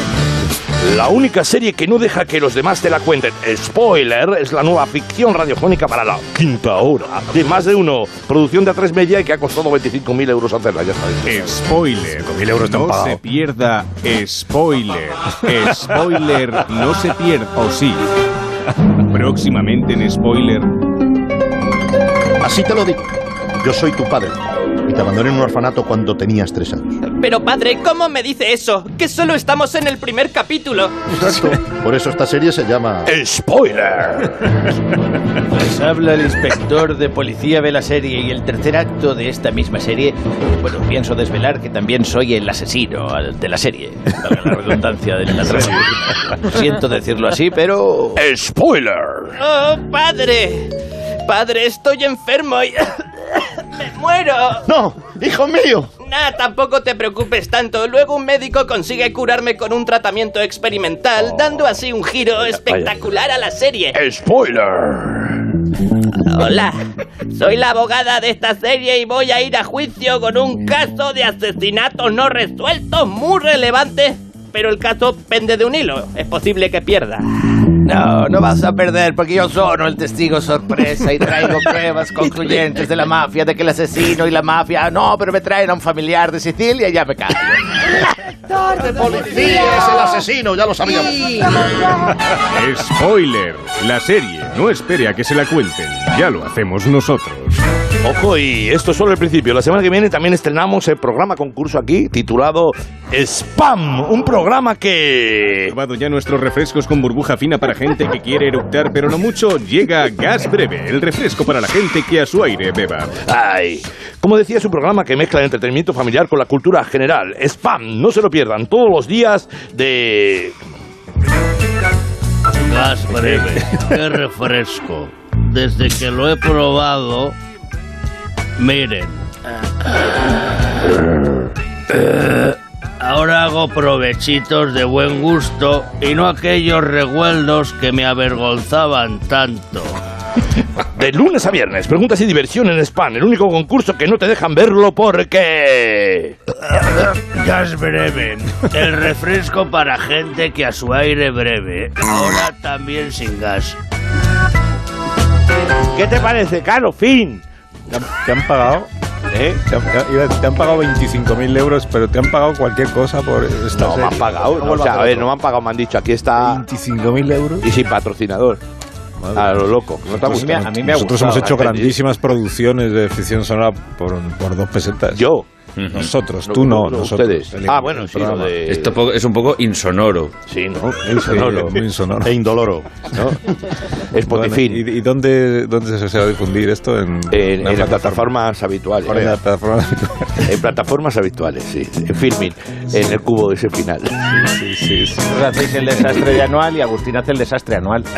[SPEAKER 3] La única serie que no deja que los demás te la cuenten, Spoiler, es la nueva ficción radiofónica para la quinta hora. De más de uno, producción de A3 Media y que ha costado 25.000 euros hacerla, ya sabéis.
[SPEAKER 17] Spoiler.
[SPEAKER 3] euros te han
[SPEAKER 17] no
[SPEAKER 3] pagado.
[SPEAKER 17] se pierda spoiler. Spoiler no se pierda. O sí. Próximamente en spoiler.
[SPEAKER 8] Así te lo digo. Yo soy tu padre. Y te abandoné en un orfanato cuando tenías tres años.
[SPEAKER 4] Pero padre, ¿cómo me dice eso? Que solo estamos en el primer capítulo.
[SPEAKER 8] Por eso esta serie se llama...
[SPEAKER 2] ¡Spoiler! Les habla el inspector de policía de la serie y el tercer acto de esta misma serie. Bueno, pienso desvelar que también soy el asesino al- de la serie. Para la redundancia de la trama. Siento decirlo así, pero.
[SPEAKER 3] ¡Spoiler!
[SPEAKER 4] Oh, padre. Padre, estoy enfermo y... ¡Me muero!
[SPEAKER 8] ¡No! ¡Hijo mío!
[SPEAKER 4] Nah, tampoco te preocupes tanto. Luego un médico consigue curarme con un tratamiento experimental,
[SPEAKER 1] Oh.
[SPEAKER 4] dando así un giro espectacular a la serie.
[SPEAKER 3] ¡Spoiler!
[SPEAKER 4] Hola, soy la abogada de esta serie y voy a
[SPEAKER 2] Mm.
[SPEAKER 4] ir a juicio con un caso de asesinatos no resueltos muy relevante pero el caso pende de un hilo. Es posible que pierda.
[SPEAKER 2] No, no vas a perder porque yo sono el testigo sorpresa y traigo pruebas concluyentes de la mafia, de que el asesino y la mafia... "Ah, No, pero me traen a un familiar de Sicilia y ya me callo.
[SPEAKER 8] ¡Tarde, policía! ¡Es el asesino! Ya lo sabíamos.
[SPEAKER 17] Spoiler, la serie, no espere a que se la cuenten, ya lo hacemos nosotros.
[SPEAKER 3] Ojo, y esto es solo el principio. La semana que viene también estrenamos el programa concurso aquí titulado Spam, un programa que...
[SPEAKER 17] Probado ya nuestros refrescos con burbuja fina para gente que quiere eructar, pero no mucho, llega Gas Breve, el refresco para la gente que a su aire beba.
[SPEAKER 3] Ay, como decía, es un programa que mezcla el entretenimiento familiar con la cultura general. Spam, no se lo pierdan todos los días de...
[SPEAKER 18] Gas breve. Qué refresco. Desde que lo he probado, miren. Ahora hago provechitos de buen gusto y no aquellos regueldos que me avergonzaban tanto.
[SPEAKER 3] De lunes a viernes, preguntas y diversión en Spam, el único concurso que no te dejan verlo porque...
[SPEAKER 18] Gas breve. El refresco para gente que a su aire breve. Ahora también sin gas.
[SPEAKER 3] ¿Qué te parece, Caro? Fin.
[SPEAKER 1] ¿Te han, te han pagado? ¿eh? Te han, iba a decir, te han pagado 25.000 euros, pero te han pagado cualquier cosa por eh, esta
[SPEAKER 3] No, me han
[SPEAKER 1] serie.
[SPEAKER 3] pagado. no,
[SPEAKER 1] vuelvo
[SPEAKER 3] o sea,
[SPEAKER 1] hacer
[SPEAKER 3] a ver,
[SPEAKER 1] otro.
[SPEAKER 3] no me han pagado, me han dicho, aquí está...
[SPEAKER 1] 25.000 euros.
[SPEAKER 3] Y sin patrocinador. Pues a lo loco. No te ha
[SPEAKER 1] Nosotros,
[SPEAKER 3] gustado.
[SPEAKER 1] nosotros hemos hecho grandísimas producciones de ficción sonora por, por dos pesetas.
[SPEAKER 3] ¿Yo?
[SPEAKER 1] Nosotros, tú no, Ah, nosotros. El- el programa.
[SPEAKER 10] Esto po- es un poco insonoro.
[SPEAKER 3] Sí, ¿no?
[SPEAKER 1] Insonoro. muy insonoro.
[SPEAKER 10] E indoloro.
[SPEAKER 1] ¿no?
[SPEAKER 3] Spotify.
[SPEAKER 1] Bueno, ¿Y, y dónde, dónde se se va a difundir esto? En,
[SPEAKER 3] En,
[SPEAKER 1] una
[SPEAKER 3] en las plataformas habituales.
[SPEAKER 1] En las plataformas
[SPEAKER 3] ¿eh? En plataformas habituales, sí. En filming, en el cubo de ese final. Sí, sí, sí.
[SPEAKER 2] Vosotros hacéis el desastre de anual y Agustín hace el desastre anual.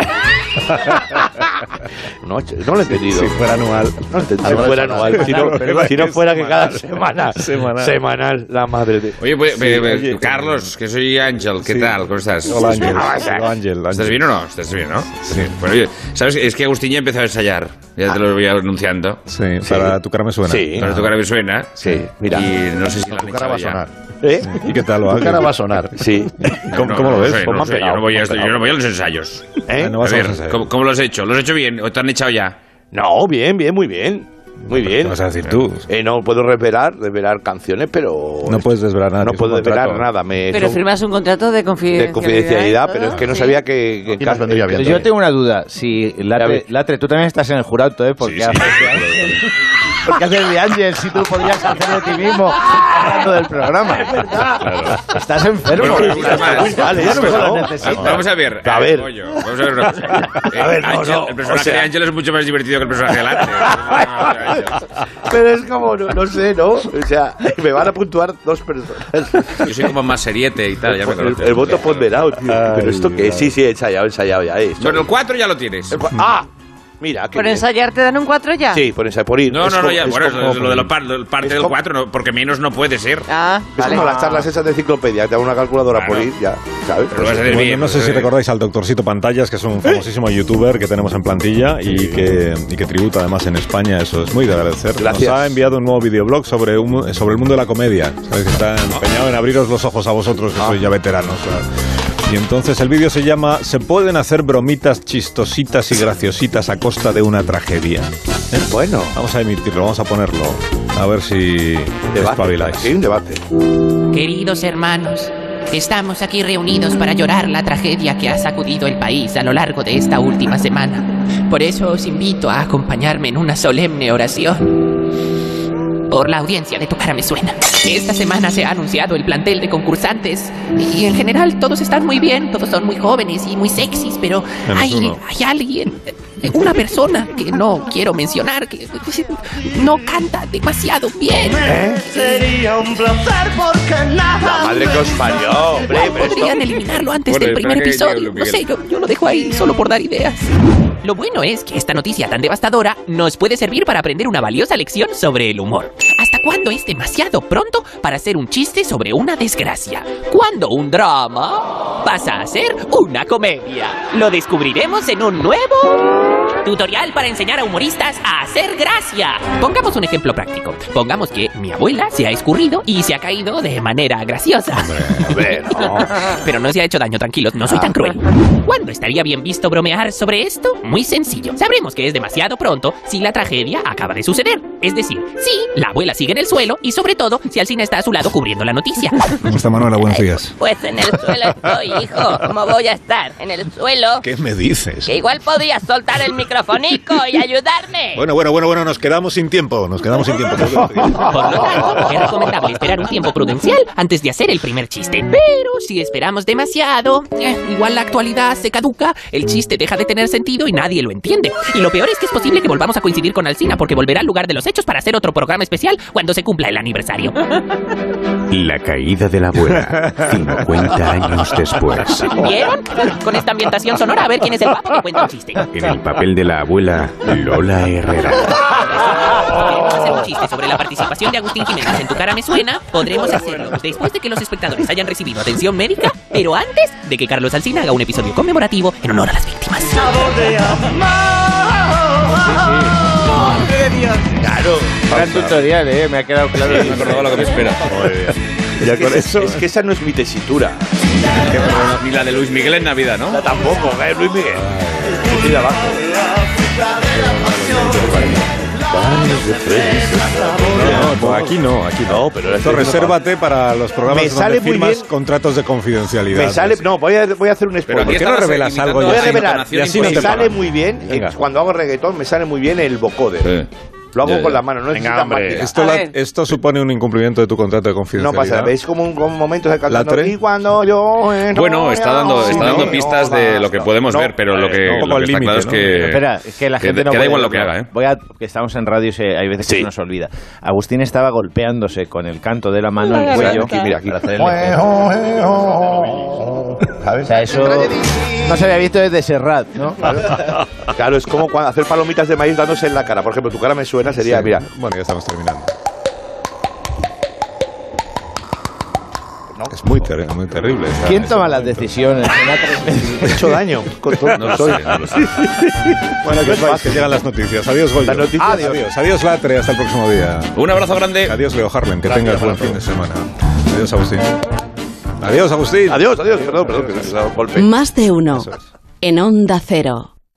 [SPEAKER 3] No, ch- no lo he entendido.
[SPEAKER 1] Si fuera anual.
[SPEAKER 3] No lo he entendido.
[SPEAKER 1] Ahora
[SPEAKER 3] Si fuera
[SPEAKER 1] es
[SPEAKER 3] anual. Si
[SPEAKER 1] anual.
[SPEAKER 3] no, si no fuera que cada semana.
[SPEAKER 1] Semanal. Semanal.
[SPEAKER 3] Semanal, la madre de.
[SPEAKER 10] Oye, pues,
[SPEAKER 3] Sí,
[SPEAKER 10] eh, eh,
[SPEAKER 3] oye.
[SPEAKER 10] Carlos, que soy Ángel, ¿qué tal? ¿Cómo estás?
[SPEAKER 1] Hola, Ángel.
[SPEAKER 10] ¿Cómo estás?
[SPEAKER 1] Hola, Ángel, Ángel.
[SPEAKER 10] ¿Estás bien o no? ¿Estás bien, no? Sí. Bueno, oye, ¿sabes? Es que Agustín ya empezó a ensayar. Ya te lo voy anunciando.
[SPEAKER 1] Ah. Sí, para tu cara me suena.
[SPEAKER 10] Para tu cara me suena. Sí,
[SPEAKER 1] mira.
[SPEAKER 10] Y no sé si la
[SPEAKER 1] Tu cara va a sonar.
[SPEAKER 3] ¿Eh?
[SPEAKER 1] ¿Y qué tal lo haces?
[SPEAKER 10] cara va a
[SPEAKER 3] sonar. Sí.
[SPEAKER 1] ¿Cómo, cómo lo ves?
[SPEAKER 10] No sé, no sé, yo, no voy a, yo no voy a los ensayos.
[SPEAKER 3] ¿eh?
[SPEAKER 1] Ah, no vas a
[SPEAKER 10] ver,
[SPEAKER 1] los ensayos.
[SPEAKER 10] ¿cómo, cómo lo has hecho? ¿Lo has hecho bien o te han echado ya?
[SPEAKER 3] No, bien, bien, muy bien. Muy bien.
[SPEAKER 1] vas a decir tú?
[SPEAKER 3] Eh, no puedo revelar, revelar canciones, pero.
[SPEAKER 1] No puedes desvelar nada.
[SPEAKER 3] No
[SPEAKER 1] tienes
[SPEAKER 3] puedo
[SPEAKER 1] un contrato.
[SPEAKER 3] desvelar nada. Me
[SPEAKER 19] Pero
[SPEAKER 3] son-
[SPEAKER 19] firmas un contrato de confidencialidad.
[SPEAKER 3] de confidencialidad,
[SPEAKER 19] y
[SPEAKER 3] pero es
[SPEAKER 19] todo,
[SPEAKER 3] que no
[SPEAKER 19] sí.
[SPEAKER 3] sabía que. que Carlos-
[SPEAKER 2] Pero yo tengo una duda. Si Latre, Latre, tú también estás en el jurado, ¿eh? Porque haces, porque haces de Ángel si tú podrías hacer de ti mismo hablando del programa. Estás enfermo.
[SPEAKER 10] Bueno, una
[SPEAKER 2] Estás
[SPEAKER 10] más.
[SPEAKER 2] mal, ya no me lo necesito.
[SPEAKER 10] Vamos a ver.
[SPEAKER 2] A
[SPEAKER 10] eh,
[SPEAKER 2] ver.
[SPEAKER 10] pollo, vamos a ver una cosa. Eh, Ángel, el personaje de Ángel es mucho más divertido que el personaje de Latre.
[SPEAKER 3] Pero es como, no, no sé, ¿no? O sea, me van a puntuar dos personas.
[SPEAKER 10] Yo soy como más seriete y tal, ya me
[SPEAKER 3] El,
[SPEAKER 10] conoces.
[SPEAKER 3] el voto ponderado, tío. ¿Pero esto qué? Sí, sí, he ensayado, he ensayado ya. eh, He hecho.
[SPEAKER 10] Bueno, el 4 ya lo tienes.
[SPEAKER 3] ¡Ah! Mira, qué
[SPEAKER 19] ¿Por
[SPEAKER 3] bien.
[SPEAKER 19] ensayar te dan un 4 ya?
[SPEAKER 3] Sí, por ensayar, por ir.
[SPEAKER 10] No,
[SPEAKER 3] Es
[SPEAKER 10] no, no,
[SPEAKER 3] como-
[SPEAKER 10] ya.
[SPEAKER 3] es
[SPEAKER 10] Bueno,
[SPEAKER 3] como-
[SPEAKER 10] lo de la par- lo- parte del 4, no, porque menos no puede ser.
[SPEAKER 19] Ah,
[SPEAKER 3] Es
[SPEAKER 19] vale.
[SPEAKER 3] como las charlas esas de enciclopedia, que te dan una calculadora por ir, ya, ¿sabes?
[SPEAKER 10] Pero lo vas a hacer
[SPEAKER 1] Bueno,
[SPEAKER 10] bien, lo
[SPEAKER 1] no sé
[SPEAKER 10] vas a
[SPEAKER 1] si
[SPEAKER 10] hacer bien.
[SPEAKER 1] recordáis al doctorcito Pantallas, que es un famosísimo youtuber que tenemos en plantilla y que, y que tributa además en España. Eso es muy de agradecer.
[SPEAKER 3] Gracias.
[SPEAKER 1] Nos ha enviado un nuevo videoblog sobre, un- sobre el mundo de la comedia. Sabéis que Está empeñado en abriros los ojos a vosotros, que sois ya veteranos. ¿verdad? Y entonces el vídeo se llama ¿Se pueden hacer bromitas chistositas y graciositas a costa de una tragedia? ¿Eh?
[SPEAKER 3] Bueno.
[SPEAKER 1] Vamos a emitirlo, vamos a ponerlo. A ver si espabiláis.
[SPEAKER 3] Hay un debate.
[SPEAKER 20] Queridos hermanos, estamos aquí reunidos para llorar la tragedia que ha sacudido el país a lo largo de esta última semana. Por eso os invito a acompañarme en una solemne oración. Por la audiencia de Tu Cara Me Suena. Esta semana se ha anunciado el plantel de concursantes y en general todos están muy bien, todos son muy jóvenes y muy sexys, pero
[SPEAKER 21] Menos
[SPEAKER 20] hay,
[SPEAKER 21] uno.
[SPEAKER 20] hay alguien, una persona que no quiero mencionar, que no canta demasiado bien.
[SPEAKER 16] Sería un placer porque nada.
[SPEAKER 3] Madre que os parió, hombre. pero esto-
[SPEAKER 20] Podrían eliminarlo antes
[SPEAKER 3] Bueno,
[SPEAKER 20] del
[SPEAKER 3] espera
[SPEAKER 20] primer
[SPEAKER 3] que llegue
[SPEAKER 20] episodio.
[SPEAKER 3] Luis Miguel.
[SPEAKER 20] No sé, yo, yo lo dejo ahí solo por dar ideas. Lo bueno es que esta noticia tan devastadora nos puede servir para aprender una valiosa lección sobre el humor. ¿Hasta cuándo es demasiado pronto para hacer un chiste sobre una desgracia? ¿Cuándo un drama pasa a ser una comedia? Lo descubriremos en un nuevo Tutorial para enseñar a humoristas a hacer gracia. Pongamos un ejemplo práctico. Pongamos que mi abuela se ha escurrido y se ha caído de manera graciosa. Pero no se ha hecho daño, tranquilos, no soy tan cruel. ¿Cuándo estaría bien visto bromear sobre esto? Muy sencillo. Sabremos que es demasiado pronto si la tragedia acaba de suceder. Es decir, si la abuela sigue en el suelo y sobre todo si Alcina está a su lado cubriendo la noticia.
[SPEAKER 1] ¿Cómo está Manuela? Buenos días.
[SPEAKER 21] Pues en el suelo estoy, hijo. ¿Cómo voy a estar? En el suelo.
[SPEAKER 1] ¿Qué me dices?
[SPEAKER 21] Que igual podías soltar el microfonico y ayudarme.
[SPEAKER 1] Bueno, bueno, bueno, bueno, nos quedamos sin tiempo, nos quedamos sin tiempo. tengo que despedir.
[SPEAKER 20] Por lo tanto, es recomendable esperar un tiempo prudencial antes de hacer el primer chiste. Pero si esperamos demasiado, eh, igual la actualidad se caduca, el chiste deja de tener sentido y nadie lo entiende. Y lo peor es que es posible que volvamos a coincidir con Alcina porque volverá al lugar de los hechos para hacer otro programa especial cuando se cumpla el aniversario.
[SPEAKER 22] La caída de la abuela, 50 años después.
[SPEAKER 20] ¿Vieron? Con esta ambientación sonora, a ver quién es el guapo que cuenta un chiste.
[SPEAKER 22] En el papel de la abuela, Lola Herrera.
[SPEAKER 20] Podremos hacer un chiste sobre la participación de Agustín Jiménez en Tu cara me suena, podremos hacerlo después de que los espectadores hayan recibido atención médica, pero antes de que Carlos Alsina haga un episodio conmemorativo en honor a las víctimas.
[SPEAKER 2] Claro.
[SPEAKER 9] Gran tutorial, eh. Me ha quedado claro.
[SPEAKER 3] Sí, me acordaba lo que me espera.
[SPEAKER 1] Ya
[SPEAKER 3] es, que
[SPEAKER 1] con
[SPEAKER 3] esa-
[SPEAKER 1] eso-
[SPEAKER 3] es que esa no es mi tesitura.
[SPEAKER 10] Ni la de Luis Miguel en Navidad, ¿no?
[SPEAKER 3] tampoco, ¿eh, Luis Miguel? Estoy de abajo.
[SPEAKER 1] No, no, aquí no, aquí no.
[SPEAKER 3] pero
[SPEAKER 1] esto resérvate para los programas
[SPEAKER 3] Me
[SPEAKER 1] donde
[SPEAKER 3] sale muy
[SPEAKER 1] firmas
[SPEAKER 3] bien.
[SPEAKER 1] contratos de confidencialidad.
[SPEAKER 3] Me sale, no, voy a, voy a hacer un spoiler.
[SPEAKER 1] ¿por qué no revelas algo y
[SPEAKER 3] Voy a
[SPEAKER 1] así no-
[SPEAKER 3] revelar.
[SPEAKER 1] y así no
[SPEAKER 3] me
[SPEAKER 1] te
[SPEAKER 3] sale
[SPEAKER 1] pagan?
[SPEAKER 3] muy bien, eh,
[SPEAKER 1] Venga.
[SPEAKER 3] cuando hago reggaetón, me sale muy bien el vocoder. Lo hago
[SPEAKER 1] Ya, ya.
[SPEAKER 3] con las manos, no necesitan máquina.
[SPEAKER 1] Esto, la- esto supone un incumplimiento de tu contrato de
[SPEAKER 3] No
[SPEAKER 1] confidencialidad.
[SPEAKER 3] pasa nada, es como un, un momento de
[SPEAKER 1] La
[SPEAKER 3] cantando.
[SPEAKER 1] tres.
[SPEAKER 3] Y cuando yo. eh, no
[SPEAKER 10] Bueno, está dando,
[SPEAKER 3] Sí,
[SPEAKER 10] está
[SPEAKER 3] no,
[SPEAKER 10] dando
[SPEAKER 3] no,
[SPEAKER 10] pistas
[SPEAKER 3] no,
[SPEAKER 10] de lo que podemos
[SPEAKER 3] no.
[SPEAKER 10] ver, pero lo que,
[SPEAKER 3] Un poco
[SPEAKER 10] lo que
[SPEAKER 3] al
[SPEAKER 10] está
[SPEAKER 3] límite,
[SPEAKER 10] claro es
[SPEAKER 3] ¿no?
[SPEAKER 10] que.
[SPEAKER 2] Espera, es que la gente no
[SPEAKER 10] que da
[SPEAKER 2] puede-
[SPEAKER 10] igual lo que haga, ¿eh?
[SPEAKER 2] Voy a, que estamos en radio y se- hay veces que se nos olvida. Agustín estaba golpeándose con el canto de la mano
[SPEAKER 9] La
[SPEAKER 2] el cuello.
[SPEAKER 9] garganta. Mira,
[SPEAKER 2] para hacer el O sea, eso no se había visto desde Serrat, ¿no?
[SPEAKER 3] Claro. Claro, es como cuando hacer palomitas de maíz dándose en la cara. Por ejemplo, tu cara me suena, sería,
[SPEAKER 1] Sí.
[SPEAKER 3] mira.
[SPEAKER 1] Bueno, ya estamos terminando. Es muy, ter- muy terrible. esta-
[SPEAKER 2] ¿Quién
[SPEAKER 1] esta-
[SPEAKER 2] toma las decisiones?
[SPEAKER 3] He hecho daño. Con todo-
[SPEAKER 1] No lo sé, no lo sé. Bueno, que os vais, que llegan las noticias. Adiós, Goyo.
[SPEAKER 3] Las noticias.
[SPEAKER 1] adiós. adiós. Adiós, Latre. Hasta el próximo día.
[SPEAKER 10] Un abrazo grande.
[SPEAKER 1] Adiós, Leo Harlem. Que tengas buen fin de semana. Adiós, Agustín. Adiós, Agustín.
[SPEAKER 3] Adiós, adiós. Perdón, perdón, que me he dado un golpe.
[SPEAKER 14] Más de uno. En Onda Cero.